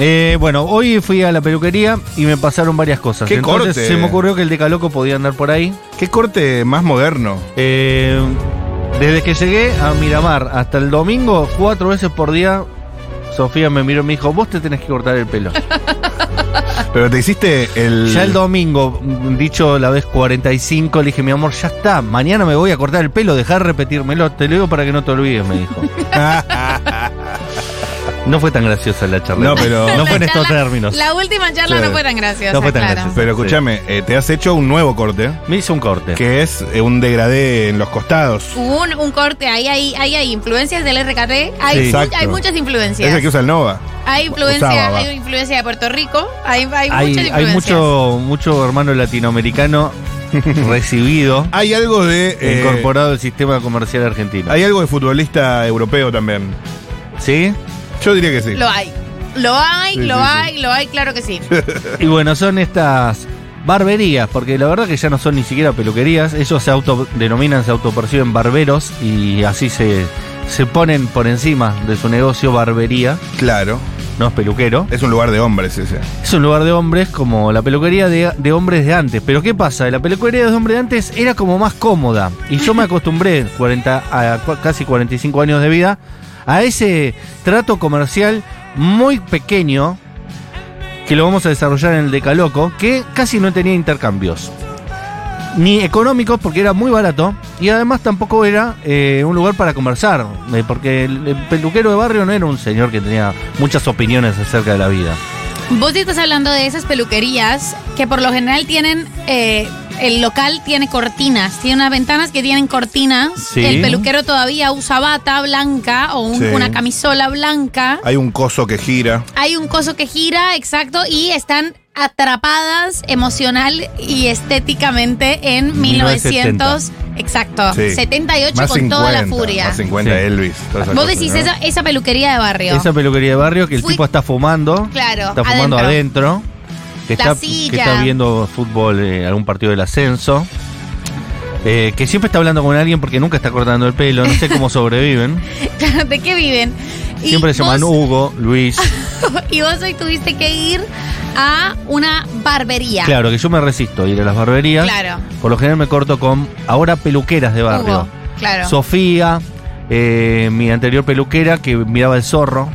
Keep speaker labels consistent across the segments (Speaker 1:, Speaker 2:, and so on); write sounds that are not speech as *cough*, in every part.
Speaker 1: Eh, bueno, hoy fui a la peluquería y me pasaron varias cosas.
Speaker 2: ¡Qué
Speaker 1: Entonces
Speaker 2: corte!
Speaker 1: se me ocurrió que el decaloco podía andar por ahí.
Speaker 2: Qué corte más moderno.
Speaker 1: Eh, desde que llegué a Miramar hasta el domingo, cuatro veces por día, Sofía me miró y me dijo, vos te tenés que cortar el
Speaker 2: *laughs*
Speaker 1: pelo.
Speaker 2: Pero te hiciste el.
Speaker 1: ya el
Speaker 2: *laughs*
Speaker 1: domingo, mm, dicho la vez 45, le dije, mi amor, ya está, mañana me voy a cortar el pelo, dejar de repetírmelo, te lo digo para que no te olvides, me dijo.
Speaker 2: Ah,
Speaker 1: no fue tan graciosa la charla.
Speaker 2: No,
Speaker 1: *laughs*
Speaker 2: pero-
Speaker 1: No fue en estos
Speaker 3: charla-
Speaker 1: términos.
Speaker 3: La última charla
Speaker 2: Claro.
Speaker 3: no fue tan graciosa.
Speaker 1: No fue tan
Speaker 3: claro.
Speaker 1: graciosa.
Speaker 2: Pero escúchame, eh, te has hecho un nuevo corte,
Speaker 1: Me hizo un corte.
Speaker 2: que es eh, un degradé en los costados.
Speaker 3: Hubo un, un corte, ahí hay, ahí hay influencias del RKT,
Speaker 1: Sí.
Speaker 3: hay, mu-
Speaker 2: Exacto.
Speaker 3: hay muchas
Speaker 2: Es el
Speaker 3: influencias.
Speaker 2: que usa el Nova.
Speaker 3: Hay influencia,
Speaker 2: usaba, va.
Speaker 3: hay influencia de Puerto Rico, hay, hay, muchas
Speaker 1: Hay, hay
Speaker 3: influencias.
Speaker 1: mucho, mucho hermano
Speaker 2: *laughs*
Speaker 1: latinoamericano recibido,
Speaker 2: Hay algo de. eh,
Speaker 1: incorporado al sistema comercial argentino.
Speaker 2: Hay algo de futbolista europeo también.
Speaker 1: ¿Sí?
Speaker 2: Yo diría que sí.
Speaker 3: Lo hay. Lo hay,
Speaker 2: Sí,
Speaker 3: lo
Speaker 2: sí, sí.
Speaker 3: hay, lo hay, claro que sí.
Speaker 1: Y bueno, son estas barberías, porque la verdad que ya no son ni siquiera peluquerías, ellos se autodenominan, se autoperciben barberos y así se, se ponen por encima de su negocio barbería,
Speaker 2: Claro.
Speaker 1: no es peluquero.
Speaker 2: Es un lugar de hombres ese.
Speaker 1: Es un lugar de hombres como la peluquería de, de hombres de antes. Pero ¿qué pasa? La peluquería de hombres de antes era como más cómoda. Y yo me acostumbré, 40, a cua- casi 45 años de vida, a ese trato comercial muy pequeño que lo vamos a desarrollar en el Decaloco, que casi no tenía intercambios. Ni económicos, porque era muy barato, y además tampoco era eh, un lugar para conversar, eh, porque el, el peluquero de barrio no era un señor que tenía muchas opiniones acerca de la vida.
Speaker 3: Vos sí estás hablando de esas peluquerías que por lo general tienen, eh, el local tiene cortinas, tiene unas ventanas que tienen cortinas.
Speaker 1: Sí.
Speaker 3: El peluquero todavía usa bata blanca o un-
Speaker 2: Sí.
Speaker 3: una camisola blanca.
Speaker 2: Hay un coso que gira.
Speaker 3: Hay un coso que gira, exacto, y están atrapadas emocional y estéticamente en 1900,
Speaker 1: 1970.
Speaker 3: exacto,
Speaker 2: Sí.
Speaker 3: 78
Speaker 2: Más
Speaker 3: con
Speaker 2: 50,
Speaker 3: toda la furia.
Speaker 2: Más 50
Speaker 1: Sí.
Speaker 2: Elvis. todas esas
Speaker 3: Vos
Speaker 2: cosas,
Speaker 3: decís
Speaker 2: ¿no?
Speaker 3: esa, esa peluquería de barrio.
Speaker 1: Esa peluquería de barrio que el
Speaker 3: Fui-
Speaker 1: tipo está fumando.
Speaker 3: Claro,
Speaker 1: Está fumando
Speaker 3: *laughs*
Speaker 1: adentro. que,
Speaker 3: La
Speaker 1: está,
Speaker 3: silla.
Speaker 1: que está viendo fútbol, eh, algún partido del ascenso. eh, que siempre está hablando con alguien porque nunca está cortando el pelo. No sé
Speaker 3: *laughs*
Speaker 1: cómo sobreviven.
Speaker 3: ¿De qué viven? Y
Speaker 1: Siempre se llaman
Speaker 3: vos-
Speaker 1: Hugo, Luis.
Speaker 3: *laughs* Y vos hoy tuviste que ir a una barbería.
Speaker 1: Claro, que yo me resisto a ir a las barberías.
Speaker 3: Claro.
Speaker 1: Por lo general me corto con ahora peluqueras de barrio.
Speaker 3: Hugo, claro.
Speaker 1: Sofía, eh, mi anterior peluquera que miraba el
Speaker 3: *laughs*
Speaker 1: zorro.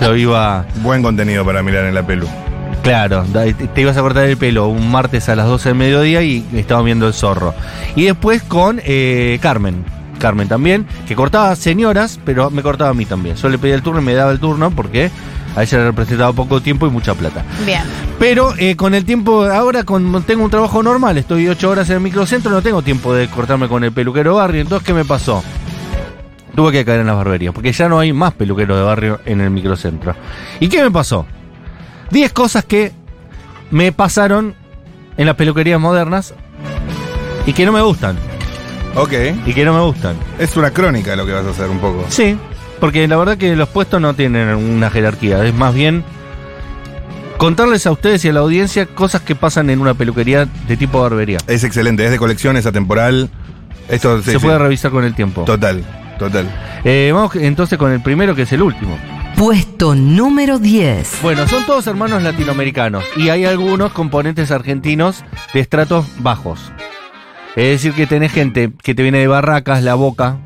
Speaker 1: Yo iba
Speaker 2: Buen contenido para mirar en la pelu.
Speaker 1: Claro, da- te te ibas a cortar el pelo un martes a las 12 del mediodía y estaba viendo el zorro. Y después con eh, Carmen. Carmen también, que cortaba a señoras, pero me cortaba a mí también. Yo le pedía el turno y me daba el turno porque a ella le representaba poco tiempo y mucha plata.
Speaker 3: Bien.
Speaker 1: Pero eh, con el tiempo, ahora con, tengo un trabajo normal, estoy ocho horas en el microcentro, no tengo tiempo de cortarme con el peluquero de barrio. Entonces, ¿qué me pasó? Tuve que caer en las barberías, porque ya no hay más peluqueros de barrio en el microcentro. ¿Y qué me pasó? Diez cosas que me pasaron en las peluquerías modernas y que no me gustan.
Speaker 2: Ok.
Speaker 1: Y que no me gustan.
Speaker 2: Es una crónica lo que vas a hacer un poco.
Speaker 1: Sí, porque la verdad que los puestos no tienen una jerarquía, es más bien contarles a ustedes y a la audiencia cosas que pasan en una peluquería de tipo barbería.
Speaker 2: Es excelente, es de colección, es atemporal. Esto sí,
Speaker 1: Se
Speaker 2: sí.
Speaker 1: puede revisar con el tiempo.
Speaker 2: Total, total.
Speaker 1: Eh, vamos entonces con el primero que es el último.
Speaker 4: Puesto número 10.
Speaker 1: Bueno, son todos hermanos latinoamericanos y hay algunos componentes argentinos de estratos bajos. Es decir, que tenés gente que te viene de Barracas, La Boca,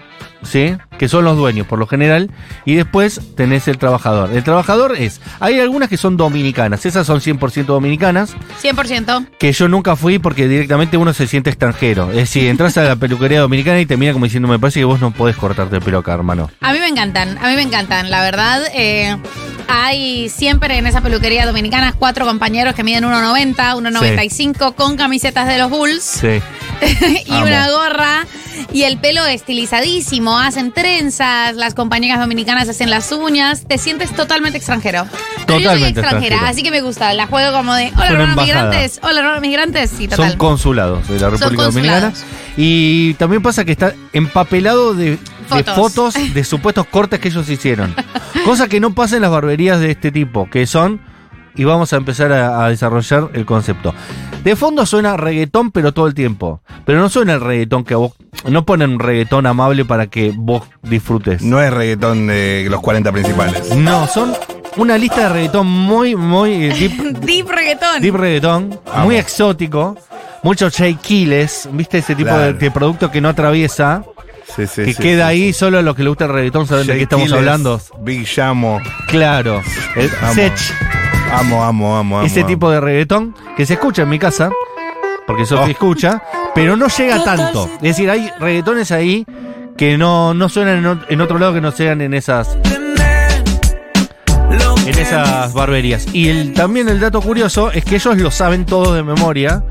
Speaker 1: ¿sí? Que son los dueños por lo general. Y después tenés el trabajador. El trabajador es. Hay algunas que son dominicanas, esas son 100% dominicanas,
Speaker 3: 100%.
Speaker 1: que yo nunca fui porque directamente uno se siente extranjero. Es decir, entras a la peluquería dominicana y te mira como diciendo, me parece que vos no podés cortarte el pelo acá, hermano.
Speaker 3: A mí me encantan, a mí me encantan, la verdad. eh, hay siempre en esa peluquería dominicana cuatro compañeros que miden 1,90, 1,95 con camisetas de los Bulls
Speaker 1: Sí.
Speaker 3: *laughs* y
Speaker 2: amo.
Speaker 3: una gorra y el pelo estilizadísimo. Hacen trenzas, las compañeras dominicanas hacen las uñas. Te sientes totalmente extranjero. Pero yo soy
Speaker 1: Totalmente
Speaker 3: extranjera,
Speaker 1: extranjero.
Speaker 3: así que me gusta. La juego como de hola,
Speaker 1: Son
Speaker 3: hermanos
Speaker 1: embajada.
Speaker 3: migrantes. Hola, hermanos migrantes. Sí, total.
Speaker 1: Son consulados de la
Speaker 3: Son
Speaker 1: República Dominicana.
Speaker 3: consulados. *laughs*
Speaker 1: Y también pasa que está empapelado de de fotos.
Speaker 3: Fotos.
Speaker 1: de supuestos cortes que ellos hicieron. Cosa que no pasa en las barberías de este tipo, que son. Y vamos a empezar a, a desarrollar el concepto. De fondo suena reggaetón, pero todo el tiempo. Pero no suena el reggaetón que a vos. No ponen un reggaetón amable para que vos disfrutes.
Speaker 2: No es reggaetón de los 40 principales.
Speaker 1: No, son una lista de reggaetón muy, muy eh, deep,
Speaker 3: Deep reggaetón.
Speaker 1: deep reggaetón,
Speaker 2: Vamos.
Speaker 1: muy exótico, muchos shakiles, ¿viste? Ese tipo de,
Speaker 2: Claro.
Speaker 1: de producto que no atraviesa,
Speaker 2: Sí, sí,
Speaker 1: que
Speaker 2: sí,
Speaker 1: queda
Speaker 2: sí,
Speaker 1: ahí,
Speaker 2: sí.
Speaker 1: solo los que le gusta el reggaetón saben de
Speaker 2: Jay
Speaker 1: qué estamos
Speaker 2: Killers,
Speaker 1: hablando.
Speaker 2: Big Llamo.
Speaker 1: Claro, el
Speaker 2: Amo.
Speaker 1: Sech,
Speaker 2: Amo, amo, amo, amo.
Speaker 1: ese tipo de reggaetón que se escucha en mi casa, porque Sofi
Speaker 2: Oh.
Speaker 1: escucha, pero no llega tanto. Es decir, hay reggaetones ahí que no, no suenan en, ot- en otro lado que no sean en esas en esas barberías. Y el- también el dato curioso es que ellos lo saben todos de memoria,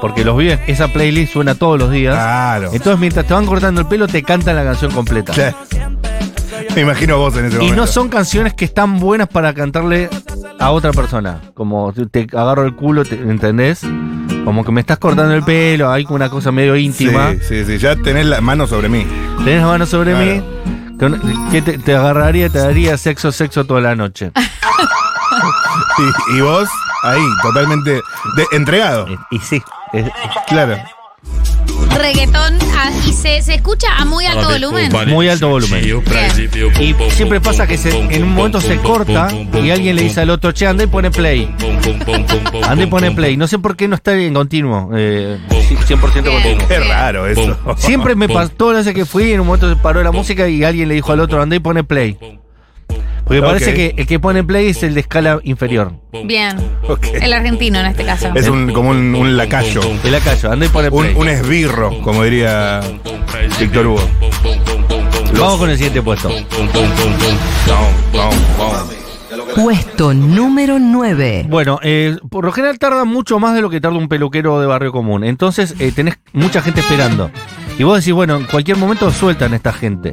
Speaker 1: porque los viven, esa playlist suena todos los días.
Speaker 2: Claro.
Speaker 1: Entonces mientras te van cortando el pelo te cantan la canción completa.
Speaker 2: Claro. Me imagino vos en ese
Speaker 1: Y
Speaker 2: momento.
Speaker 1: no son canciones que están buenas para cantarle a otra persona. Como te- te agarro el culo, te- ¿entendés? Como que me estás cortando el pelo, hay como una cosa medio íntima.
Speaker 2: Sí, sí, sí. Ya tenés la mano sobre mí.
Speaker 1: Tenés la mano sobre
Speaker 2: Claro.
Speaker 1: mí. con- Que te, te agarraría, te daría sexo, sexo toda la noche.
Speaker 2: Y, y vos ahí, totalmente de- entregado.
Speaker 1: Y, y sí. es-
Speaker 2: Claro.
Speaker 3: Reggaetón ah, y se, se escucha a muy alto volumen.
Speaker 1: Muy alto volumen. Y siempre pasa que se- en un momento se corta y alguien le dice "Ah, al otro, che, anda y pone play. Anda y pone play. No sé por qué no está en continuo. eh, 100%
Speaker 3: Bien.
Speaker 1: continuo.
Speaker 2: Qué raro eso.
Speaker 1: Siempre me pasó, todas las veces que fui, en un momento se paró la música y alguien le dijo al otro, andá y pone play. Porque
Speaker 2: Ok.
Speaker 1: parece que el que pone play es el de escala inferior.
Speaker 3: Bien.
Speaker 2: *laughs* Ok.
Speaker 3: El argentino en este caso.
Speaker 2: Es un, como un, un lacayo.
Speaker 1: El acaso, andá y pone play.
Speaker 2: Un, un esbirro, como diría Víctor Hugo.
Speaker 1: Vamos con el siguiente puesto.
Speaker 2: Vamos, vamos, vamos.
Speaker 4: Puesto número 9.
Speaker 1: Bueno, eh, por lo general tarda mucho más de lo que tarda un peluquero de barrio común. Entonces eh, tenés mucha gente esperando. Y vos decís, bueno, en cualquier momento sueltan a esta gente.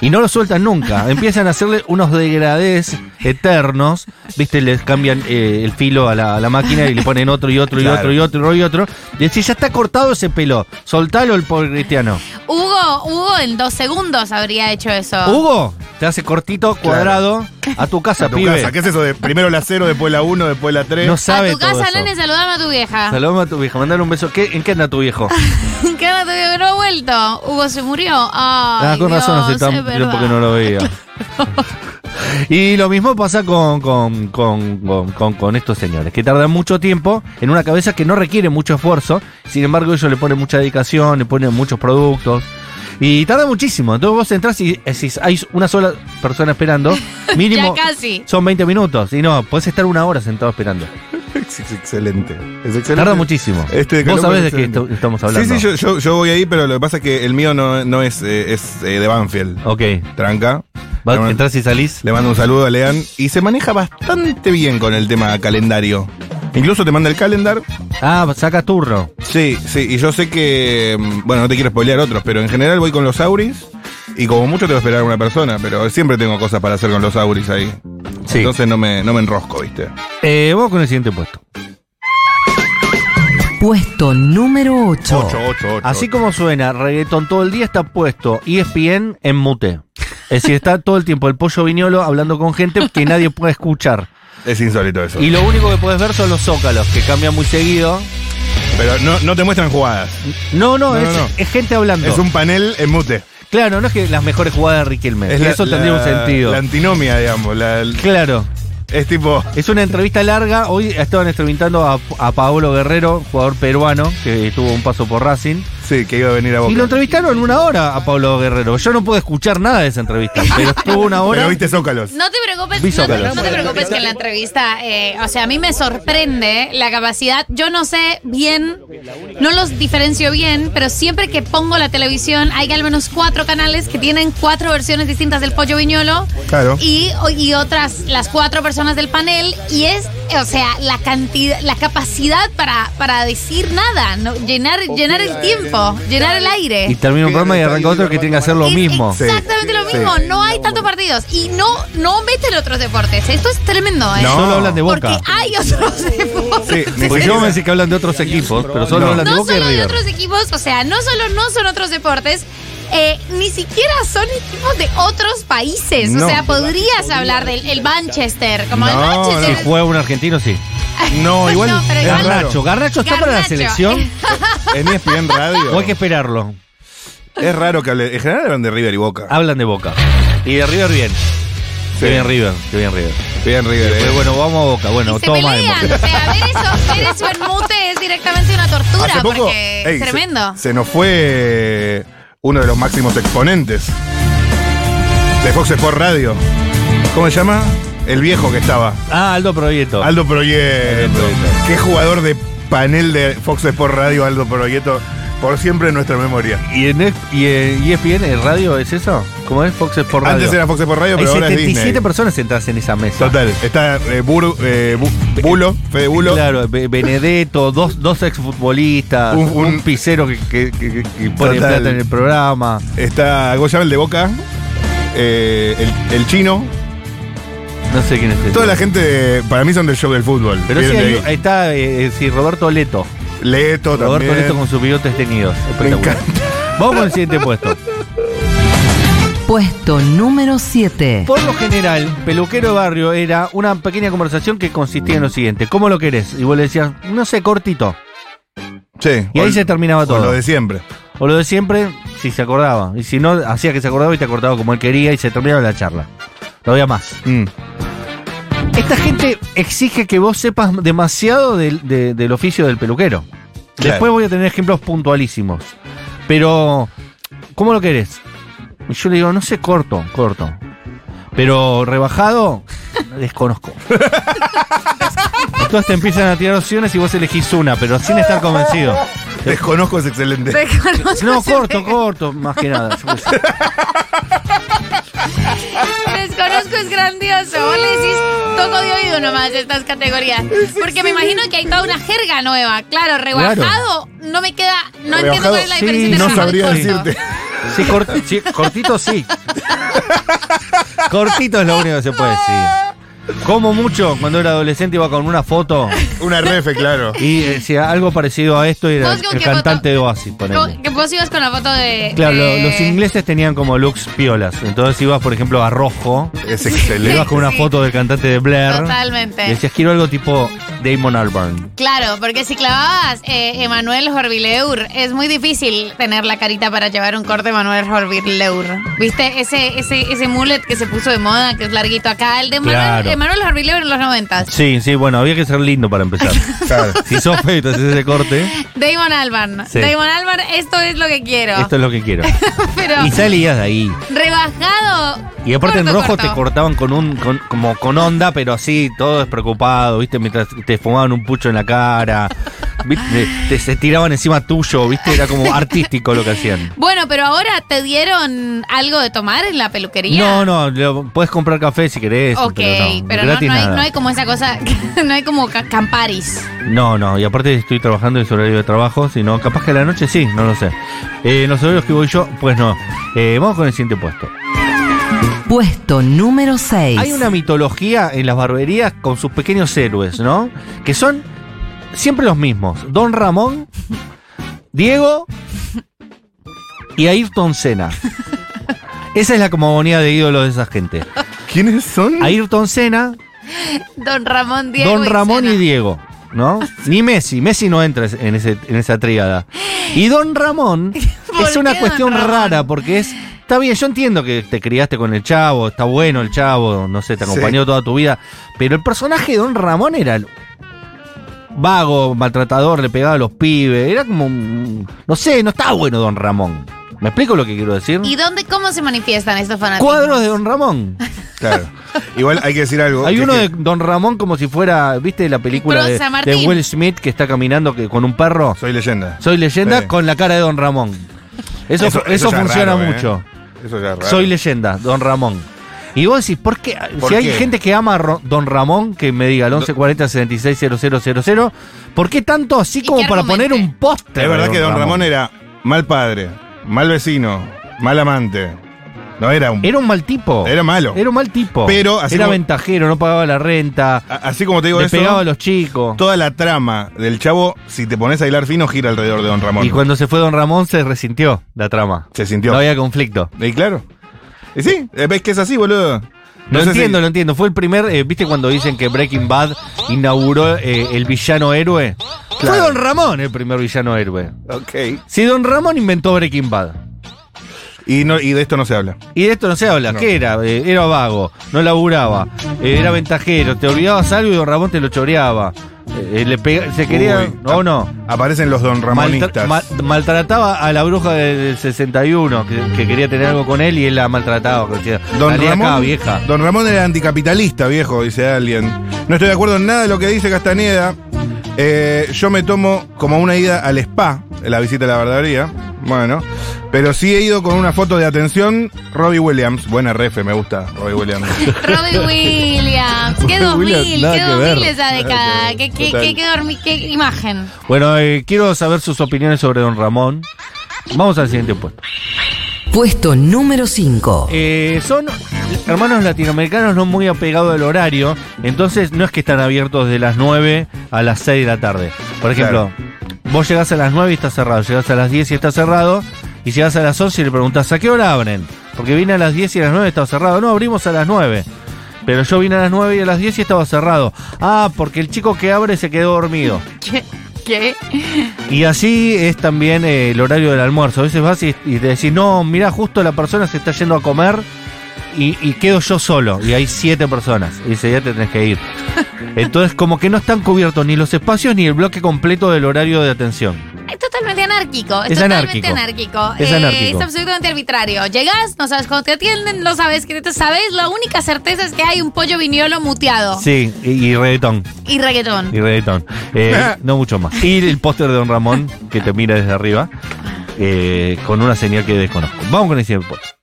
Speaker 1: Y no lo sueltan
Speaker 2: *laughs*
Speaker 1: nunca. Empiezan a hacerle unos degradés eternos. Viste, les cambian eh, el filo a la, a la máquina y le ponen otro y otro y
Speaker 2: Claro.
Speaker 1: otro y otro y otro. Y decís, ya está cortado ese pelo. Soltalo el pobre cristiano.
Speaker 3: Hugo, Hugo en dos segundos habría hecho eso.
Speaker 1: Hugo, te hace cortito, cuadrado, a tu casa,
Speaker 2: Ah. A tu
Speaker 1: pibe.
Speaker 2: casa, ¿qué es eso? De primero la 0, después la 1, después la *laughs* 3.
Speaker 1: No
Speaker 3: a
Speaker 1: sabe
Speaker 3: tu
Speaker 1: todo
Speaker 3: casa,
Speaker 1: eso.
Speaker 3: nene, saludame a tu vieja.
Speaker 1: Saludame a tu vieja, mandale un beso. ¿Qué- ¿En qué anda tu viejo?
Speaker 3: *laughs* ¿Qué onda tu viejo? No ha vuelto. Hugo se murió. Ay,
Speaker 1: Ah, con razón hace
Speaker 3: Dios, es
Speaker 1: tanto tiempo
Speaker 3: verdad.
Speaker 1: que no lo
Speaker 3: *laughs*
Speaker 1: veía. Y lo mismo pasa con, con, con- con- con- con estos señores, que tardan mucho tiempo en una cabeza que no requiere mucho esfuerzo, sin embargo ellos le ponen mucha dedicación, le ponen muchos productos, y tarda muchísimo. Entonces vos entras y decís, hay una sola persona esperando,
Speaker 3: *laughs*
Speaker 1: mínimo
Speaker 3: Ya casi.
Speaker 1: son 20 minutos, y no, podés estar una hora sentado esperando.
Speaker 2: Es, es excelente. Es excelente.
Speaker 1: Tarda muchísimo.
Speaker 2: Este
Speaker 1: vos
Speaker 2: Colombo
Speaker 1: sabés
Speaker 2: es
Speaker 1: de qué
Speaker 2: excelente.
Speaker 1: esto- estamos hablando.
Speaker 2: Sí, sí, yo, yo, yo voy ahí, pero lo que pasa es que el mío no, no es, eh, es eh, de Banfield.
Speaker 1: Ok,
Speaker 2: Tranca.
Speaker 1: vas,
Speaker 2: Le mando-
Speaker 1: entras y salís.
Speaker 2: Le mando un saludo a Lean. Y se maneja bastante bien con el tema calendario. Incluso te manda el calendar.
Speaker 1: Ah, saca turno.
Speaker 2: Sí, sí. Y yo sé que. mm, Bueno, no te quiero spoilear otros, pero en general voy con los Auris. Y como mucho te va a esperar una persona, pero siempre tengo cosas para hacer con los Auris ahí.
Speaker 1: Sí.
Speaker 2: Entonces no me, no me enrosco, ¿viste?
Speaker 1: Eh, vamos con el siguiente puesto.
Speaker 4: Puesto número 8.
Speaker 2: 8, 8.
Speaker 1: Así como suena, reggaetón todo el día está puesto E ESPN en mute. Es decir, está todo el tiempo el pollo viñolo hablando con gente que nadie puede escuchar.
Speaker 2: Es insólito eso.
Speaker 1: Y lo único que puedes ver son los zócalos, que cambian muy seguido.
Speaker 2: Pero no, no te muestran jugadas.
Speaker 1: No, no,
Speaker 2: No,
Speaker 1: es,
Speaker 2: no, no.
Speaker 1: es gente hablando.
Speaker 2: Es un panel en mute.
Speaker 1: Claro, no es que las mejores jugadas de Riquelme.
Speaker 2: Es
Speaker 1: que
Speaker 2: la-
Speaker 1: Eh, eso tendría
Speaker 2: la-
Speaker 1: un sentido.
Speaker 2: La antinomia, digamos. la-
Speaker 1: Claro.
Speaker 2: es tipo.
Speaker 1: Es una entrevista larga. Hoy estaban entrevistando a, a Paolo Guerrero, jugador peruano, que tuvo un paso por Racing.
Speaker 2: Sí, que iba a venir a Boca.
Speaker 1: Y lo entrevistaron una hora a Paolo Guerrero. Yo no pude escuchar nada de esa
Speaker 2: *laughs*
Speaker 1: entrevista, pero estuvo una hora.
Speaker 2: Pero viste Zócalos.
Speaker 3: No te preocupes,
Speaker 1: Vi
Speaker 3: no, te-
Speaker 1: Zócalo.
Speaker 3: no te preocupes que en la entrevista, eh, o sea, a mí me sorprende la capacidad. Yo no sé bien, no los diferencio bien, pero siempre que pongo la televisión hay al menos cuatro canales que tienen cuatro versiones distintas del pollo viñolo.
Speaker 2: Claro.
Speaker 3: Y, y otras, las cuatro personas del panel, y es, o sea, la cantidad, la capacidad para, para decir nada, ¿no? llenar, llenar el tiempo, llenar el aire.
Speaker 1: Y termina un programa y arranca otro que tiene que hacer lo
Speaker 3: Es
Speaker 1: mismo.
Speaker 3: Exactamente lo
Speaker 2: Sí.
Speaker 3: mismo. No hay tantos partidos. Y no, no meten otros deportes. Esto es tremendo, ¿eh?
Speaker 2: No,
Speaker 1: Solo hablan de
Speaker 3: Porque
Speaker 1: Boca.
Speaker 3: hay otros
Speaker 1: *laughs*
Speaker 3: deportes.
Speaker 2: Sí, ni
Speaker 1: Porque
Speaker 2: siquiera-
Speaker 1: yo me decís que hablan de otros equipos, pero solo
Speaker 2: No.
Speaker 1: hablan de
Speaker 3: No
Speaker 1: Boca y
Speaker 3: solo de
Speaker 1: River.
Speaker 3: otros equipos, o sea, no solo no son otros deportes. eh, ni siquiera son equipos de otros países.
Speaker 2: No.
Speaker 3: O sea, podrías hablar del el Manchester. Como el
Speaker 2: No,
Speaker 1: Si
Speaker 3: Manchester.
Speaker 1: juega un argentino, sí.
Speaker 2: No, igual.
Speaker 3: No, pero
Speaker 2: es
Speaker 3: igual-
Speaker 2: raro.
Speaker 1: Garnacho, Garnacho está para la
Speaker 3: Garnacho. *laughs*
Speaker 1: selección
Speaker 2: En E ESPN Radio.
Speaker 1: o hay que esperarlo. Ah.
Speaker 2: Es raro que hable. En general hablan de River y Boca.
Speaker 1: Hablan de Boca. Y de River bien. Qué bien River, qué bien River.
Speaker 2: Bien, River. eh.
Speaker 1: Pero bueno, vamos a Boca. Bueno,
Speaker 3: y se
Speaker 1: todo mal.
Speaker 3: pelean. O sea, ver eso, ver eso en mute es directamente una tortura
Speaker 2: Hace poco,
Speaker 3: porque
Speaker 2: ey,
Speaker 3: es
Speaker 2: se-
Speaker 1: *laughs*
Speaker 3: tremendo.
Speaker 2: Se, nos fue uno de los máximos exponentes de Fox Sport Radio. ¿Cómo se llama? El viejo que estaba.
Speaker 1: Ah, Aldo Proyecto.
Speaker 2: Aldo Proyecto.
Speaker 1: Aldo Proyecto.
Speaker 2: Qué jugador de panel de Fox Sport Radio, Aldo Proyecto. Por siempre en nuestra memoria.
Speaker 1: ¿Y en, F- y en E ESPN, el radio, es eso? ¿Cómo es Fox Sports Radio?
Speaker 2: Antes era Fox Sport Radio, pero
Speaker 1: Hay
Speaker 2: ahora es Disney.
Speaker 1: 77 personas sentadas en esa mesa.
Speaker 2: Total. Está eh, Buru- eh, Bu- Bulo, Fede Bulo.
Speaker 1: Claro, Be- Benedetto, dos, dos exfutbolistas,
Speaker 2: Un-
Speaker 1: un,
Speaker 2: un-
Speaker 1: pisero que, que- que- que pone
Speaker 2: Total.
Speaker 1: plata en el programa.
Speaker 2: Está, ¿cómo se llama el de Boca? Eh, el, el chino.
Speaker 1: No sé quién es ese.
Speaker 2: Toda la gente, de- para mí son del show del fútbol.
Speaker 1: Pero sí,
Speaker 2: Vienen de
Speaker 1: hay-
Speaker 2: ahí.
Speaker 1: ahí está eh, sí, Roberto Leto.
Speaker 2: Leto
Speaker 1: Roberto
Speaker 2: también.
Speaker 1: Leto con sus bigotes teñidos.
Speaker 2: Me
Speaker 1: Espectacular.
Speaker 2: encanta.
Speaker 1: Vamos con el siguiente puesto.
Speaker 4: Puesto número 7.
Speaker 1: Por lo general, peluquero de barrio era una pequeña conversación que consistía en lo siguiente: ¿Cómo lo querés? Y vos le decías, no sé, cortito.
Speaker 2: Sí.
Speaker 1: Y ahí
Speaker 2: o-
Speaker 1: se terminaba
Speaker 2: o
Speaker 1: todo.
Speaker 2: Lo de siempre.
Speaker 1: O lo de siempre, si se acordaba. Y si no, hacía que se acordaba y te acordaba como él quería y se terminaba la charla. No había más.
Speaker 2: Mm.
Speaker 1: Esta gente exige que vos sepas demasiado del, de- del oficio del peluquero.
Speaker 2: Claro.
Speaker 1: Después voy a tener ejemplos puntualísimos. Pero, ¿cómo lo querés? Y Yo le digo, no sé, corto, corto. Pero rebajado, *laughs* desconozco. Entonces te empiezan a tirar opciones y vos elegís una, pero sin estar convencido.
Speaker 2: Desconozco es excelente.
Speaker 3: Te conozco,
Speaker 1: No,
Speaker 3: se
Speaker 1: corto,
Speaker 3: me-
Speaker 1: corto, más que nada.
Speaker 3: Desconozco es grandioso. Vos le decís, toco de oído nomás estas categorías. Porque me imagino que hay toda una jerga nueva. Claro, rebajado, no me queda, no
Speaker 2: Rebajado,
Speaker 3: entiendo cuál es la
Speaker 1: sí,
Speaker 3: diferencia entre
Speaker 2: No
Speaker 1: Desconozco.
Speaker 3: rebajado y
Speaker 2: sabría
Speaker 1: *laughs*
Speaker 3: corto.
Speaker 2: decirte.
Speaker 1: Sí, cort- sí, cortito sí. Cortito es lo único que se puede decir. Como mucho, cuando era adolescente iba con una foto
Speaker 2: Una refe, claro.
Speaker 1: y decía algo parecido a esto y era
Speaker 3: ¿Vos con
Speaker 1: el
Speaker 3: qué
Speaker 1: cantante
Speaker 3: foto?
Speaker 1: de Oasis, ponele.
Speaker 3: Como Que vos ibas con eh. la foto de.
Speaker 1: Claro, lo-
Speaker 3: de-
Speaker 1: los ingleses tenían como looks piolas. Entonces ibas, por ejemplo, a rojo,
Speaker 2: Es
Speaker 1: le ibas
Speaker 2: excelente.
Speaker 1: con una
Speaker 3: Sí.
Speaker 1: foto del cantante de Blair. Y
Speaker 3: Totalmente.
Speaker 1: decías, quiero algo tipo Damon Albarn.
Speaker 3: Claro, porque si clavabas eh, Emanuel Jorvileur, es muy difícil tener la carita para llevar un corte Emanuel Jorvileur. ¿Viste? Ese, ese, ese mullet que se puso de moda, que es larguito acá, el de Emanuel,
Speaker 1: Claro.
Speaker 3: Emanuel Jorvileur en los noventas.
Speaker 1: Sí, sí, bueno, había que ser lindo para empezar.
Speaker 2: Claro.
Speaker 1: si sos feo y te haces ese
Speaker 3: *laughs*
Speaker 1: corte,
Speaker 3: Damon Alban.
Speaker 1: Sí.
Speaker 3: Damon Alban, esto es lo que quiero.
Speaker 1: esto es lo que
Speaker 3: *laughs*
Speaker 1: quiero.
Speaker 3: Pero
Speaker 1: Y salías de ahí.
Speaker 3: rebajado.
Speaker 1: Y aparte en
Speaker 3: corto,
Speaker 1: rojo
Speaker 3: corto.
Speaker 1: te cortaban con un con- como con onda, pero así, todo despreocupado, ¿viste? Mientras te fumaban un pucho en la
Speaker 3: *laughs*
Speaker 1: cara, ¿viste? Te, se tiraban encima tuyo, ¿viste? Era como artístico lo que hacían.
Speaker 3: Bueno, pero ahora te dieron algo de tomar en la peluquería.
Speaker 1: No, no, lo- puedes comprar café si querés,
Speaker 3: Ok,
Speaker 1: pero
Speaker 3: pero,
Speaker 1: no,
Speaker 3: no,
Speaker 1: gratis
Speaker 3: no hay,
Speaker 1: nada.
Speaker 3: no hay como esa cosa, *laughs* no hay como ca- Camparis.
Speaker 1: No, no, y aparte estoy trabajando en su horario de trabajo, sino capaz que a la noche sí, no lo sé. Eh, en los horarios que voy yo, pues no. Eh, vamos con el siguiente puesto.
Speaker 4: Puesto número 6.
Speaker 1: Hay una mitología en las barberías con sus pequeños héroes, ¿no? Que son siempre los mismos. Don Ramón, Diego y Ayrton Senna. Esa es la comogonía de ídolos de esa gente.
Speaker 2: ¿Quiénes son?
Speaker 1: Ayrton Senna,
Speaker 3: Don Ramón Diego.
Speaker 1: Don Ramón
Speaker 3: Sena.
Speaker 1: y Diego,
Speaker 3: *laughs*
Speaker 1: ¿no? Ni Messi, Messi no entra en, ese- en esa tríada. Y Don Ramón
Speaker 3: *laughs* ¿Por
Speaker 1: es una
Speaker 3: qué Don
Speaker 1: cuestión
Speaker 3: Ramón?
Speaker 1: rara porque es... Está bien, yo entiendo que te criaste con el chavo, está bueno el chavo, no sé, te acompañó toda tu vida, pero el personaje de Don Ramón era vago, maltratador, le pegaba a los pibes, era como... un- No sé, no está bueno Don Ramón. ¿Me explico lo que quiero decir?
Speaker 3: ¿Y dónde, cómo se manifiestan estos fanáticos?
Speaker 1: Cuadros de Don
Speaker 3: *laughs*
Speaker 1: Ramón.
Speaker 2: Claro. Igual hay que decir algo.
Speaker 1: Hay
Speaker 2: que
Speaker 1: uno
Speaker 2: es
Speaker 1: de
Speaker 2: que-
Speaker 1: Don Ramón como si fuera, ¿viste la película
Speaker 3: Pero
Speaker 1: de,
Speaker 3: San
Speaker 1: de
Speaker 3: Martín.
Speaker 1: Will Smith que está caminando que- con un perro?
Speaker 2: Soy leyenda.
Speaker 1: Soy leyenda
Speaker 2: Sí.
Speaker 1: con la cara de Don Ramón. Eso, eso,
Speaker 2: ya es
Speaker 1: funciona
Speaker 2: raro, ¿eh?
Speaker 1: mucho.
Speaker 2: Eso ya es raro.
Speaker 1: Soy leyenda, Don Ramón. Y vos decís, ¿por qué?
Speaker 2: ¿Por
Speaker 1: si hay
Speaker 2: qué?
Speaker 1: gente que ama a Ro- Don Ramón, que me diga al 1140 760000, ¿por qué tanto así
Speaker 3: ¿Y
Speaker 1: como
Speaker 3: qué
Speaker 1: para poner
Speaker 3: argumente?
Speaker 1: un póster?
Speaker 2: Es
Speaker 1: de
Speaker 2: verdad que Don Ramón era mal padre, mal vecino, mal amante. No era un.
Speaker 1: Era un mal tipo.
Speaker 2: Era malo.
Speaker 1: Era un mal tipo.
Speaker 2: Pero, así
Speaker 1: era
Speaker 2: como-
Speaker 1: ventajero, no pagaba la renta,
Speaker 2: A- Así como te digo
Speaker 1: le
Speaker 2: eso.
Speaker 1: pegaba a los chicos.
Speaker 2: Toda la trama del chavo, si te pones a hilar fino, gira alrededor de Don Ramón.
Speaker 1: Y cuando se fue Don Ramón se resintió la trama.
Speaker 2: Se sintió.
Speaker 1: No había conflicto.
Speaker 2: Y claro. Y sí, eh, ves que es así,
Speaker 1: Lo
Speaker 2: boludo. No sé
Speaker 1: entiendo,
Speaker 2: si-
Speaker 1: lo entiendo. Fue el primer, eh, viste cuando dicen que Breaking Bad inauguró eh, el villano héroe. Fue
Speaker 2: Claro.
Speaker 1: Don Ramón el primer villano héroe.
Speaker 2: Ok.
Speaker 1: Si Don Ramón inventó Breaking Bad.
Speaker 2: Y, no, y de esto no se habla.
Speaker 1: Y de esto no se habla.
Speaker 2: No.
Speaker 1: ¿Qué era? Eh, era vago, no laburaba, eh, era ventajero, te olvidabas algo y Don Ramón te lo choreaba. Eh, eh, le pega- se quería.
Speaker 2: Uy,
Speaker 1: no, no.
Speaker 2: Aparecen los don
Speaker 1: Maltra-
Speaker 2: Ramonistas.
Speaker 1: ma- maltrataba a la bruja del 61 que, que quería tener algo con él y él la maltrataba. que decía,
Speaker 2: Don
Speaker 1: "Salí acá,
Speaker 2: Ramón,
Speaker 1: vieja.
Speaker 2: Don Ramón era anticapitalista, viejo, dice alguien. No estoy de acuerdo en nada de lo que dice Castaneda. Eh, yo me tomo como una ida al spa, la visita a la barbería. Bueno, pero sí he ido con una foto de atención, Robbie Williams. Buena refe, me gusta
Speaker 1: *laughs*
Speaker 2: Robbie Williams.
Speaker 3: Robbie Williams. ¿Qué
Speaker 1: Robbie
Speaker 3: 2000?
Speaker 1: Williams, nada
Speaker 3: ¿Qué
Speaker 1: que ver.
Speaker 3: 2000 esa década?
Speaker 2: que
Speaker 3: ¿Qué,
Speaker 2: ver,
Speaker 3: qué,
Speaker 2: total.
Speaker 3: qué, qué dormi- qué imagen?
Speaker 1: Bueno, eh, quiero saber sus opiniones sobre Don Ramón. Vamos al siguiente puesto.
Speaker 4: Puesto número 5.
Speaker 1: Eh, son hermanos latinoamericanos no muy apegados al horario, entonces no es que están abiertos de las 9 a las 6 de la tarde. Por ejemplo, vos llegás a las 9 y está cerrado, llegás a las 10 y está cerrado, y llegás a las 11 y le preguntás, ¿a qué hora abren? Porque vine a las 10 y a las 9 estaba cerrado. No, abrimos a las 9. Pero yo vine a las 9 y a las 10 y estaba cerrado. Ah, porque el chico que abre se quedó dormido.
Speaker 3: ¿Qué? ¿Qué?
Speaker 1: Y así es también eh, el horario del almuerzo. A veces vas y, y te decís, no, mira, justo la persona se está yendo a comer y, y quedo yo solo. Y hay siete personas. Y dice, ya te tenés que ir. Entonces, como que no están cubiertos ni los espacios ni el bloque completo del horario de atención.
Speaker 3: Es totalmente anárquico. Es,
Speaker 1: Es anárquico.
Speaker 3: totalmente anárquico. Eh,
Speaker 1: Es anárquico.
Speaker 3: es absolutamente arbitrario. Llegás, no sabes cómo te atienden, no sabes qué te sabes. La única certeza es que hay un pollo viñolo muteado.
Speaker 1: Sí, y, y reggaetón.
Speaker 3: Y reggaetón.
Speaker 1: Y reggaetón. Eh, no mucho más. Y el póster de Don Ramón que te mira desde arriba eh, con una señal que desconozco. Vamos con el siguiente póster.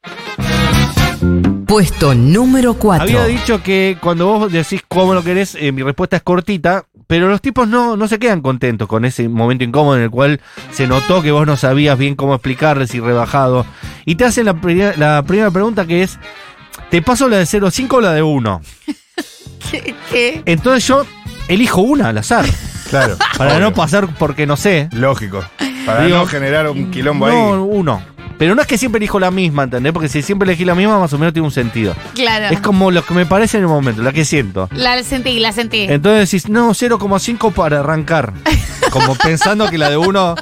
Speaker 4: Puesto número 4.
Speaker 1: Había dicho que cuando vos decís cómo lo querés, eh, mi respuesta es cortita, pero los tipos no, no se quedan contentos con ese momento incómodo en el cual se notó que vos no sabías bien cómo explicarles y rebajado. Y te hacen la, pri- la primera pregunta que es, ¿te paso la de 0,5 o la de 1?
Speaker 3: ¿Qué? *laughs* ¿Qué?
Speaker 1: Entonces yo elijo una al azar,
Speaker 2: Claro.
Speaker 1: para
Speaker 2: Obvio.
Speaker 1: no pasar porque no sé.
Speaker 2: Lógico. Para
Speaker 1: Digo,
Speaker 2: no generar un quilombo
Speaker 1: no,
Speaker 2: ahí.
Speaker 1: uno. Pero no es que siempre elijo la misma, ¿entendés? Porque si siempre elegí la misma, más o menos tiene un sentido.
Speaker 3: Claro.
Speaker 1: Es como lo que me parece en el momento, la que siento.
Speaker 3: La sentí, la sentí.
Speaker 1: Entonces decís, no, 0,5 para arrancar.
Speaker 3: *laughs*
Speaker 1: Como pensando que la de uno.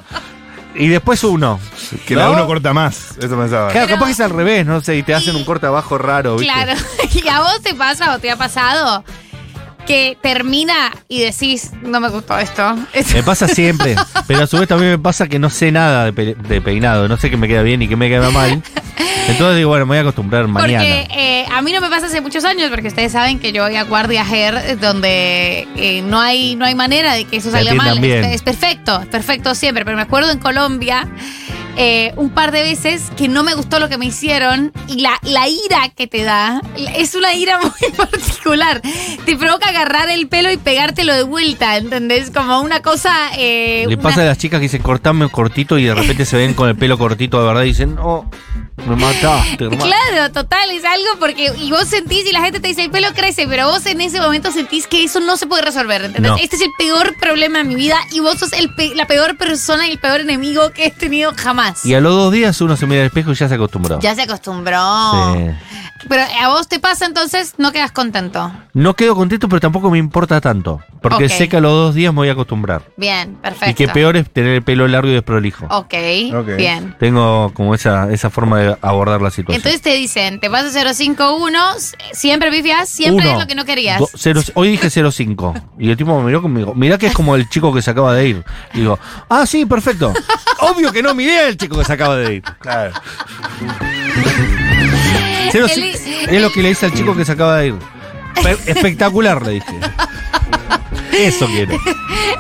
Speaker 1: Y después uno.
Speaker 2: Que la
Speaker 1: ¿No?
Speaker 2: uno corta más. Eso pensaba.
Speaker 1: Claro,
Speaker 3: Pero-
Speaker 1: capaz que es al revés, no sé, y te hacen un corte abajo raro, ¿viste?
Speaker 3: Claro. *laughs* ¿Y a vos te pasa o te ha pasado que termina y decís, no me gustó esto? *laughs* Esto-
Speaker 1: Me pasa
Speaker 3: *laughs*
Speaker 1: siempre, pero a su vez también me pasa que no sé nada de, pe- de peinado, no sé qué me queda bien y qué me queda
Speaker 3: *laughs*
Speaker 1: mal. Entonces digo, bueno, me voy a acostumbrar mañana.
Speaker 3: Porque eh, a mí no me pasa hace muchos años, porque ustedes saben que yo voy a Guardia Hair, eh, donde eh, no, hay, no hay manera de que eso
Speaker 1: Te
Speaker 3: salga
Speaker 1: atiendan
Speaker 3: mal. Es-
Speaker 1: bien.
Speaker 3: Es, perfecto, es perfecto siempre. Pero me acuerdo en Colombia eh, un par de veces que no me gustó lo que me hicieron y la, la ira que te da la- es una ira *laughs* muy particular. Te provoca agarrar el pelo y pegártelo de vuelta, ¿entendés? Como una cosa... eh,
Speaker 1: Le
Speaker 3: una-
Speaker 1: pasa a las chicas que dicen cortame cortito y de repente se ven con el pelo cortito de verdad y dicen, no, me mataste, hermano.
Speaker 3: Claro, total, es algo porque y vos sentís y la gente te dice el pelo crece, pero vos en ese momento sentís que eso no se puede resolver. ¿entendés?
Speaker 1: No.
Speaker 3: Este es el peor problema de mi vida y vos sos el pe- la peor persona y el peor enemigo que he tenido jamás.
Speaker 1: Y a los dos días uno se mira al espejo y ya se acostumbró.
Speaker 3: Ya se acostumbró.
Speaker 1: Sí.
Speaker 3: Pero a vos te pasa entonces, no quedas contento.
Speaker 1: No quedo contento, pero tampoco me importa tanto. Porque
Speaker 3: Ok.
Speaker 1: sé que a los dos días me voy a acostumbrar.
Speaker 3: Bien, perfecto. Oh.
Speaker 1: Y que peor es tener el pelo largo y desprolijo.
Speaker 3: ok,
Speaker 2: Ok.
Speaker 3: bien.
Speaker 1: Tengo como esa, esa forma de abordar la situación.
Speaker 3: Entonces te dicen, te vas a 051, siempre pifias, siempre
Speaker 1: Uno,
Speaker 3: es lo que no querías.
Speaker 1: do- cero- hoy dije 05. Y el tipo me miró conmigo. Mirá que es como el chico que se acaba de ir. Y digo, ah, sí, perfecto. Obvio que no miré al chico que se acaba de ir.
Speaker 2: Claro.
Speaker 3: *laughs*
Speaker 1: Cero
Speaker 3: El-
Speaker 1: cinco. es lo que le dice al chico que se acaba de ir. Pe- Espectacular, le dije. Eso quiero.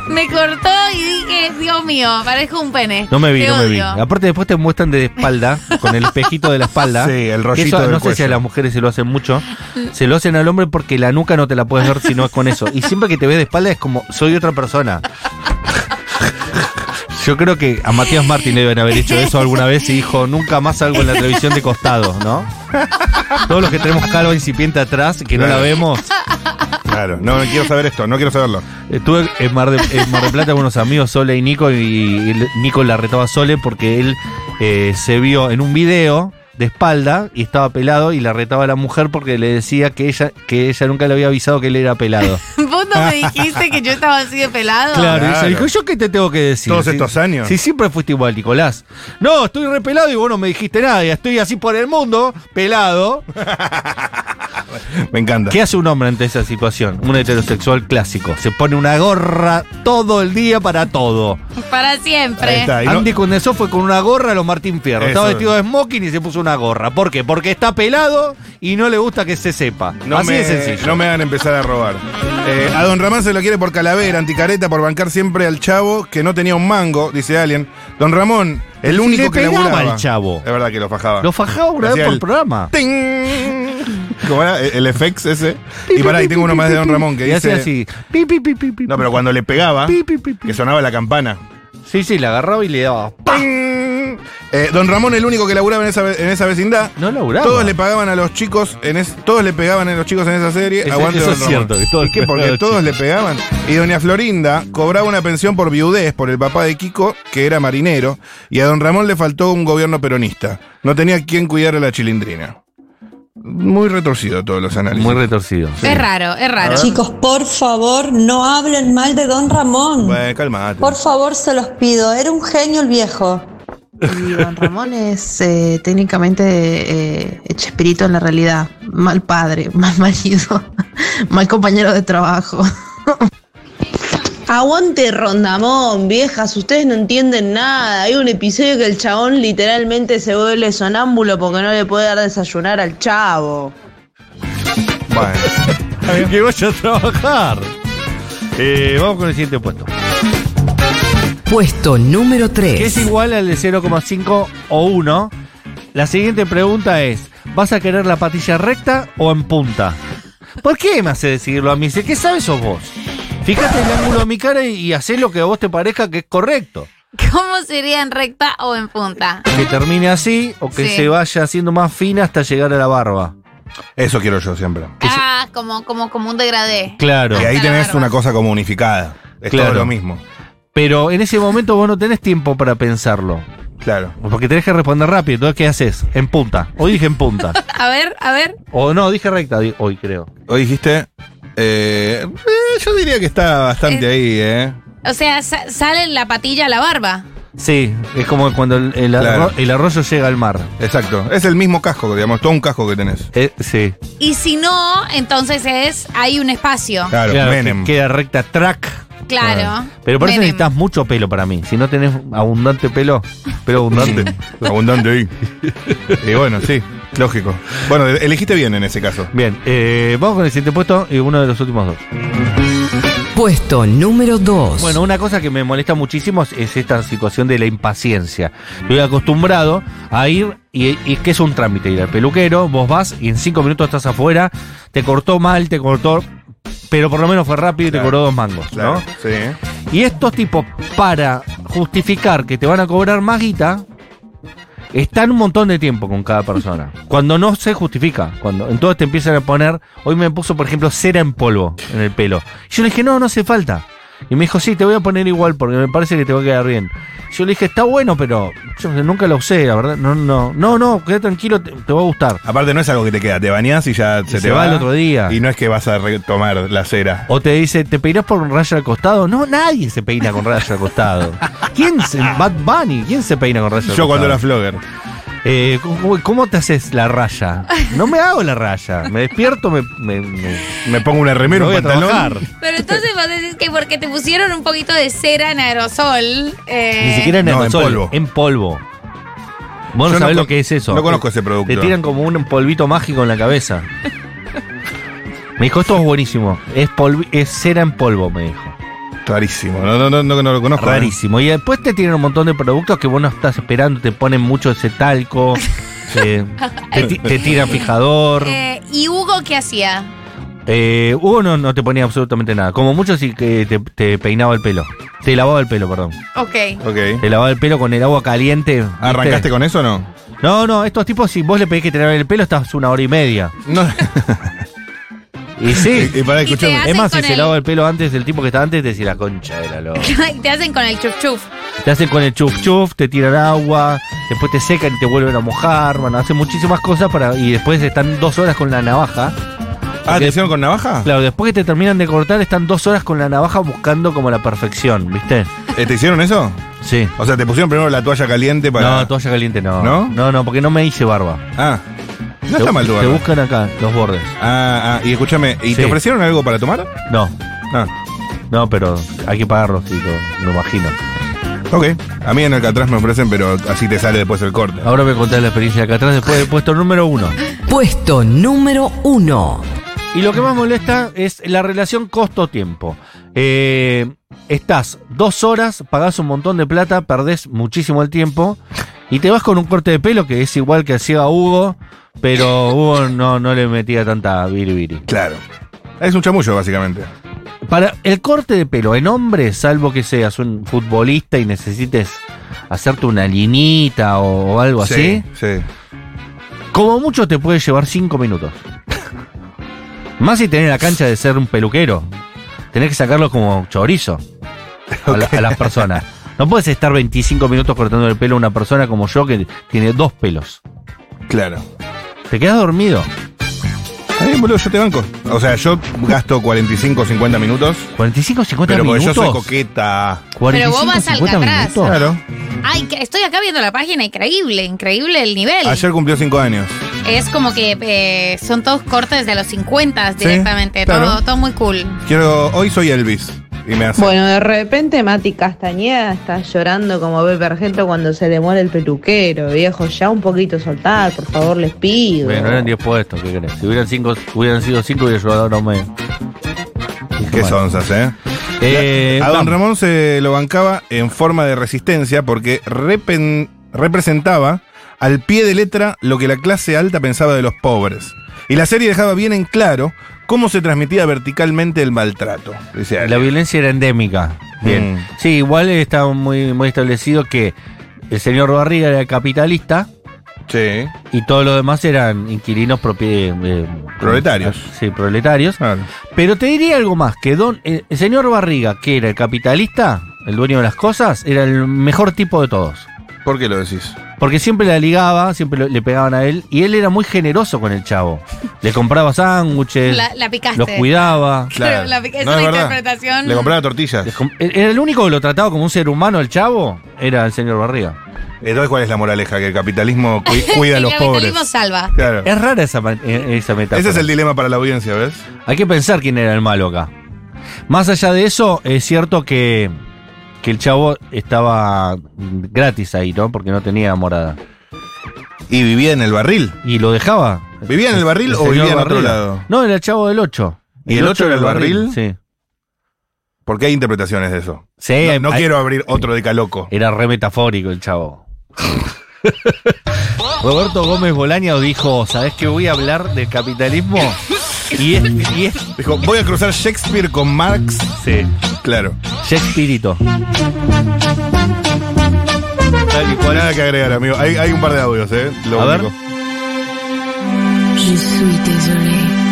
Speaker 3: Me cortó y dije, Dios mío, parezco un pene.
Speaker 1: No me vi,
Speaker 3: Te
Speaker 1: no me vi. Ah.
Speaker 3: odio.
Speaker 1: Aparte después te muestran de espalda, con el espejito de la espalda.
Speaker 2: *laughs* Sí, el rollito
Speaker 1: Eso,
Speaker 2: del
Speaker 1: No sé si a
Speaker 2: cuello.
Speaker 1: las mujeres se lo hacen mucho. Se lo hacen al hombre porque la nuca no te la puedes ver si no es con eso. Y siempre que te ves de espalda es como, soy otra persona. Yo creo que a Matías Martín le deben haber hecho eso alguna vez y dijo, nunca más salgo en la televisión de costado, ¿no? Todos los que tenemos calva incipiente atrás, que no la
Speaker 2: Claro.
Speaker 1: vemos.
Speaker 2: Claro. No, no quiero saber esto. No quiero saberlo.
Speaker 1: Estuve en Mar, de, en Mar del Plata con unos amigos, Sole y Nico, y, el- Nico la retaba a Sole porque él eh, se vio en un video de espalda y estaba pelado y la retaba a la mujer porque le decía que ella, que ella nunca le había avisado que él era pelado.
Speaker 3: *laughs* Vos no me dijiste que yo estaba así de pelado.
Speaker 1: *laughs* Claro, y
Speaker 2: Claro.
Speaker 1: ella dijo, ¿yo qué te tengo que decir?
Speaker 2: Todos
Speaker 1: Si-
Speaker 2: estos años.
Speaker 1: Si siempre fuiste igual, Nicolás. No, estoy repelado y vos no me dijiste nada. y Estoy así por el mundo, pelado.
Speaker 2: Me encanta.
Speaker 1: ¿Qué hace un hombre ante esa situación? Un heterosexual clásico. Se pone una gorra todo el día para todo.
Speaker 3: Para siempre.
Speaker 2: Ahí está. y no-
Speaker 1: Andy Condensó fue con una gorra a los Martín Fierro.
Speaker 2: Eso.
Speaker 1: Estaba vestido de smoking y se puso una gorra. ¿Por qué? Porque está pelado y no le gusta que se sepa.
Speaker 2: No
Speaker 1: Así
Speaker 2: me,
Speaker 1: de sencillo.
Speaker 2: No me van a empezar a robar. Eh, a don Ramón se lo quiere por calavera, anticareta, por bancar siempre al chavo que no tenía un mango, dice Alien. Don Ramón, el
Speaker 1: Le
Speaker 2: único que
Speaker 1: pegaba
Speaker 2: laburaba.
Speaker 1: al chavo.
Speaker 2: Es verdad que lo fajaba.
Speaker 1: Lo fajaba una
Speaker 2: Hacía
Speaker 1: vez por
Speaker 2: el-
Speaker 1: programa.
Speaker 2: ¡Ting! ¿Cómo era? El el FX ese. Y pará, y tengo uno más de Don Ramón que
Speaker 1: Y
Speaker 2: dice.
Speaker 1: hacía así. Pi, pi, pi, pi, pi,
Speaker 2: No, pero cuando le pegaba,
Speaker 1: pi, pi, pi, pi.
Speaker 2: que sonaba la campana.
Speaker 1: Sí, sí, la agarraba y le daba.
Speaker 2: ¡Ting! Eh, don Ramón, el único que laburaba en esa, ve- en esa vecindad.
Speaker 1: No laburaba.
Speaker 2: Todos le pagaban a los chicos, en es- todos le pegaban a los chicos en esa serie.
Speaker 1: Ese-
Speaker 2: Aguante
Speaker 1: eso
Speaker 2: Don
Speaker 1: es
Speaker 2: Ramón.
Speaker 1: cierto, que todos
Speaker 2: ¿Y qué?
Speaker 1: le pegaban a
Speaker 2: Porque
Speaker 1: los
Speaker 2: todos le pegaban. Y doña Florinda cobraba una pensión por viudez por el papá de Kiko, que era marinero, y a don Ramón le faltó un gobierno peronista. No tenía quien cuidar a la chilindrina. Muy retorcido todos los análisis.
Speaker 1: Muy retorcido.
Speaker 3: Es raro, es raro.
Speaker 5: Chicos, por favor, no hablen mal de Don Ramón.
Speaker 2: Bueno, calmate.
Speaker 5: Por favor, se los pido. Era un genio el viejo.
Speaker 6: Y Don Ramón es eh, técnicamente eh, Chespirito en la realidad. Mal padre, *laughs* mal marido, mal compañero de trabajo.
Speaker 7: Aguante Rondamón, viejas, ustedes no entienden nada. Hay un episodio que el chabón literalmente se vuelve sonámbulo porque no le puede dar desayunar al chavo.
Speaker 2: Bueno.
Speaker 1: Que vaya a trabajar. Eh, vamos con el siguiente puesto.
Speaker 4: Puesto número
Speaker 1: Que es
Speaker 4: 3.
Speaker 1: igual al de 0,5 o 1. La siguiente pregunta es: ¿vas a querer la patilla recta o en punta? ¿Por qué me hace decirlo a mí? Dice, ¿qué sabes sos vos? Fíjate el ángulo de mi cara y, y hacé lo que a vos te parezca que es correcto.
Speaker 3: *laughs* ¿Cómo sería en recta o en punta?
Speaker 1: Que termine así o que
Speaker 3: Sí.
Speaker 1: se vaya haciendo más fina hasta llegar a la barba.
Speaker 2: Eso quiero yo siempre.
Speaker 3: Ah, como, como, como un degradé.
Speaker 1: Claro.
Speaker 2: Y ahí
Speaker 3: Hasta la
Speaker 2: tenés
Speaker 3: barba.
Speaker 2: una cosa como unificada. Es
Speaker 1: Claro.
Speaker 2: todo lo mismo.
Speaker 1: Pero en ese momento vos no tenés tiempo para pensarlo.
Speaker 2: Claro.
Speaker 1: Porque tenés que responder rápido. Entonces, ¿qué haces? En punta. Hoy dije en *laughs* punta.
Speaker 3: A ver, a ver.
Speaker 1: O no, dije recta di- hoy, creo.
Speaker 2: Hoy dijiste. eh, eh, yo diría que está bastante
Speaker 3: Eh.
Speaker 2: ahí, ¿eh?
Speaker 3: O sea, sa- sale la patilla a la barba.
Speaker 1: Sí, es como cuando el, el
Speaker 2: Claro.
Speaker 1: arro- el arroyo llega al mar.
Speaker 2: Exacto. Es el mismo casco, digamos, todo un casco que tenés.
Speaker 1: Eh, sí,
Speaker 3: Y si no, entonces es hay un espacio.
Speaker 2: Claro,
Speaker 1: Claro,
Speaker 2: Menem.
Speaker 1: que queda recta track.
Speaker 3: Claro.
Speaker 1: Ah. Pero por eso
Speaker 3: Menem.
Speaker 1: necesitas mucho pelo para mí. Si no tenés abundante pelo, pero abundante.
Speaker 2: Sí. Mm. Abundante ahí. Y bueno, sí, lógico. Bueno, elegiste bien en ese caso.
Speaker 1: Bien, eh, vamos con el siguiente puesto y uno de los últimos dos.
Speaker 4: Puesto número 2.
Speaker 1: Bueno, una cosa que me molesta muchísimo es- es esta situación de la impaciencia. Estoy acostumbrado a ir y, y que es un trámite ir al peluquero, vos vas y en cinco minutos estás afuera, te cortó mal, te cortó, pero por lo menos fue rápido y te
Speaker 2: Claro.
Speaker 1: cobró dos mangos,
Speaker 2: Claro.
Speaker 1: ¿no?
Speaker 2: Sí. ¿eh?
Speaker 1: Y estos tipos, para justificar que te van a cobrar más guita, están un montón de tiempo con cada persona. Cuando no se justifica, cuando entonces te empiezan a poner, hoy me puso, por ejemplo, cera en polvo en el pelo. Y yo le dije, no, no hace falta. Y me dijo, sí, te voy a poner igual porque me parece que te va a quedar bien. Yo le dije, está bueno, pero yo nunca lo usé, la verdad. No, no, no, no, quédate tranquilo, te, te va a gustar.
Speaker 2: Aparte, no es algo que te queda. Te bañás y ya se
Speaker 1: se
Speaker 2: te
Speaker 1: va el otro día.
Speaker 2: Y no es que vas a retomar la cera.
Speaker 1: O te dice, ¿te peinas por un rayo al costado? No, nadie se peina con rayo al
Speaker 2: *laughs*
Speaker 1: costado. ¿Quién? Se, Bad Bunny, ¿quién se peina con rayo al costado?
Speaker 2: Yo cuando era flogger.
Speaker 1: Eh, ¿cómo, cómo te haces la raya? No me hago la raya. Me despierto, me. me- me-
Speaker 2: Me pongo una remera,
Speaker 1: me
Speaker 2: un
Speaker 1: voy a trabajar.
Speaker 2: pantalón.
Speaker 3: Pero entonces vos decís que porque te pusieron un poquito de cera en aerosol. eh,
Speaker 1: Ni siquiera en
Speaker 2: No, en
Speaker 1: aerosol,
Speaker 2: polvo.
Speaker 1: En polvo. Vos no
Speaker 2: Yo no
Speaker 1: sabés
Speaker 2: con-
Speaker 1: lo que es eso.
Speaker 2: no conozco ese producto.
Speaker 1: Te tiran como un polvito mágico en la
Speaker 2: *laughs*
Speaker 1: cabeza. Me dijo, esto es buenísimo. Es, polvi- es cera en polvo, me dijo.
Speaker 2: Rarísimo. No, no, no, no, no lo conozco. ¿eh?
Speaker 1: Rarísimo. Y después te tienen un montón de productos que vos no estás esperando. Te ponen mucho ese
Speaker 2: *laughs*
Speaker 1: talco. eh, te, ti- te tiran fijador.
Speaker 3: eh, ¿Y Hugo qué hacía?
Speaker 1: Eh, Hugo no, no te ponía absolutamente nada. Como mucho sí que te, te peinaba el pelo. Te lavaba el pelo, perdón.
Speaker 3: Ok.
Speaker 2: Ok.
Speaker 1: Te lavaba el pelo con el agua caliente. ¿viste?
Speaker 2: ¿Arrancaste con eso o no?
Speaker 1: No, no, estos tipos, si vos le pedís que te laven el pelo, estás una hora y media.
Speaker 2: No.
Speaker 1: Y sí.
Speaker 2: *laughs* Y, y pará,
Speaker 3: Y te
Speaker 2: escuchame.
Speaker 3: hacen
Speaker 1: Es más, si
Speaker 3: con
Speaker 1: se
Speaker 3: el-
Speaker 1: lava el pelo antes del tipo que está antes, te decís la concha de la loca.
Speaker 3: Y te hacen con el chuf chuf.
Speaker 1: Te hacen con el chuf chuf, te tiran agua, después te secan y te vuelven a mojar, bueno, hacen muchísimas cosas para y después están dos horas con la navaja.
Speaker 2: Ah, ¿te hicieron con navaja?
Speaker 1: Claro, después que te terminan de cortar, están dos horas con la navaja buscando como la perfección, ¿viste?
Speaker 2: Eh, ¿Te hicieron eso?
Speaker 1: Sí.
Speaker 2: O sea, te pusieron primero la toalla caliente para.
Speaker 1: No, toalla caliente no.
Speaker 2: ¿No?
Speaker 1: No, no, porque no me hice barba.
Speaker 2: Ah. No
Speaker 1: Te-
Speaker 2: está mal tu
Speaker 1: Te
Speaker 2: barba.
Speaker 1: buscan acá, los bordes.
Speaker 2: Ah, ah, y escúchame, ¿y
Speaker 1: Sí.
Speaker 2: te ofrecieron algo para tomar?
Speaker 1: No,
Speaker 2: Ah,
Speaker 1: no, pero hay que pagarlos, sí, lo, lo imagino.
Speaker 2: ok. A mí en Alcatraz me ofrecen, pero así te sale después el corte.
Speaker 1: Ahora voy a contar la experiencia de acá atrás, después del puesto número uno.
Speaker 4: Puesto número 1.
Speaker 1: Y lo que más molesta es la relación costo-tiempo. Eh, estás dos horas, pagás un montón de plata, perdés muchísimo el tiempo y te vas con un corte de pelo que es igual que hacía Hugo, pero Hugo no, no le metía tanta biribiri.
Speaker 2: Claro. Es un chamullo, básicamente.
Speaker 1: Para el corte de pelo en hombre, salvo que seas un futbolista y necesites hacerte una linita o, o algo así,
Speaker 2: Sí.
Speaker 1: como mucho te puede llevar cinco minutos. Más si tenés la cancha de ser un peluquero. Tenés que sacarlo como chorizo a, la- a las personas. No puedes estar 25 minutos cortando el pelo a una persona como yo que tiene dos pelos.
Speaker 2: Claro.
Speaker 1: Te quedas dormido.
Speaker 2: Está bien, boludo, yo te banco. O sea, yo gasto 45 o 50 minutos,
Speaker 1: 45, 50
Speaker 2: pero porque
Speaker 1: minutos. Oh.
Speaker 2: yo soy coqueta.
Speaker 3: Pero vos vas al
Speaker 1: 50
Speaker 3: Alcatraz.
Speaker 1: minutos.
Speaker 2: Claro.
Speaker 3: Ay, que- estoy acá viendo la página, increíble, increíble el nivel.
Speaker 2: Ayer cumplió 5 años.
Speaker 3: Es como que eh, son todos cortes de los 50
Speaker 2: Sí,
Speaker 3: directamente,
Speaker 2: claro.
Speaker 3: todo, todo muy cool.
Speaker 2: Quiero. Hoy soy Elvis. Y me hace.
Speaker 7: Bueno, de repente Mati Castañeda está llorando como Pepe Argento cuando se le muere el peluquero. Viejo, ya un poquito soltar, por favor, les pido.
Speaker 1: Bueno, eran 10 puestos, ¿qué querés? Si hubieran, cinco, hubieran sido 5, hubiera ayudado a uno menos.
Speaker 2: Qué
Speaker 1: Bueno.
Speaker 2: sonzas, ¿eh?
Speaker 1: Eh,
Speaker 2: a Don
Speaker 1: vamos.
Speaker 2: Ramón se lo bancaba en forma de resistencia porque repen- representaba al pie de letra lo que la clase alta pensaba de los pobres. Y la serie dejaba bien en claro cómo se transmitía verticalmente el maltrato. Decía,
Speaker 1: La violencia era endémica. Bien.
Speaker 2: Mm.
Speaker 1: Sí, igual está muy, muy establecido que el señor Barriga era capitalista
Speaker 2: Sí.
Speaker 1: y todos los demás eran inquilinos propi- eh,
Speaker 2: Proletarios.
Speaker 1: eh, Sí, proletarios.
Speaker 2: Claro.
Speaker 1: Pero te diría algo más, que don, eh, el señor Barriga, que era el capitalista, el dueño de las cosas, era el mejor tipo de todos.
Speaker 2: ¿Por qué lo decís?
Speaker 1: Porque siempre la ligaba, siempre lo- le pegaban a él, y él era muy generoso con el chavo. Le compraba
Speaker 2: Eh,
Speaker 1: sándwiches,
Speaker 3: La, la picaste.
Speaker 1: los cuidaba.
Speaker 3: Pero la- es una
Speaker 2: verdad.
Speaker 3: interpretación-
Speaker 2: Le compraba tortillas.
Speaker 1: Les com- e-, Era el único que lo trataba como un ser humano, el chavo, era el señor Barriga.
Speaker 2: Eh, Entonces, ¿cuál es la moraleja? Que el capitalismo cu- cuida a
Speaker 3: *laughs* El
Speaker 2: los pobres.
Speaker 3: capitalismo salva.
Speaker 2: Claro.
Speaker 1: Es rara esa, ma- eh, esa metáfora.
Speaker 2: Ese es el dilema para la audiencia, ¿ves?
Speaker 1: Hay que pensar quién era el malo acá. Más allá de eso, es cierto que, que el chavo estaba mm, gratis ahí, ¿no? Porque no tenía morada.
Speaker 2: Y vivía en el barril.
Speaker 1: Y lo dejaba.
Speaker 2: ¿Vivía en el barril o
Speaker 1: señor
Speaker 2: vivía en otro
Speaker 1: Barriga.
Speaker 2: lado?
Speaker 1: No, era el chavo del 8.
Speaker 2: ¿Y el ocho era el barril?
Speaker 1: Sí.
Speaker 2: Porque hay interpretaciones de eso.
Speaker 1: Sí,
Speaker 2: No,
Speaker 1: hay-
Speaker 2: no
Speaker 1: Eh, hay-
Speaker 2: quiero abrir otro de caloco.
Speaker 1: Era re metafórico el chavo. Roberto Gómez Bolaño dijo, ¿sabés que voy a hablar del capitalismo? Y es, y es
Speaker 2: Dijo, voy a cruzar Shakespeare con Marx.
Speaker 1: sí,
Speaker 2: Claro.
Speaker 1: Shakespeareito.
Speaker 2: Tal y cual. Nada que agregar, amigo. Hay, hay un par de audios, ¿eh? Lo
Speaker 1: A ver.
Speaker 2: único.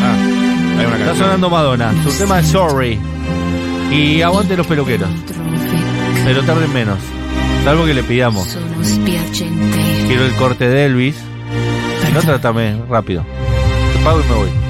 Speaker 2: Ah, hay una
Speaker 1: Está
Speaker 2: canción.
Speaker 1: sonando Madonna. Su tema es Sorry. Y aguante los peluqueros. Pero tarden menos. Salvo que le pidamos. Quiero el corte de Elvis. Si no, trátame rápido. Te pago y me voy.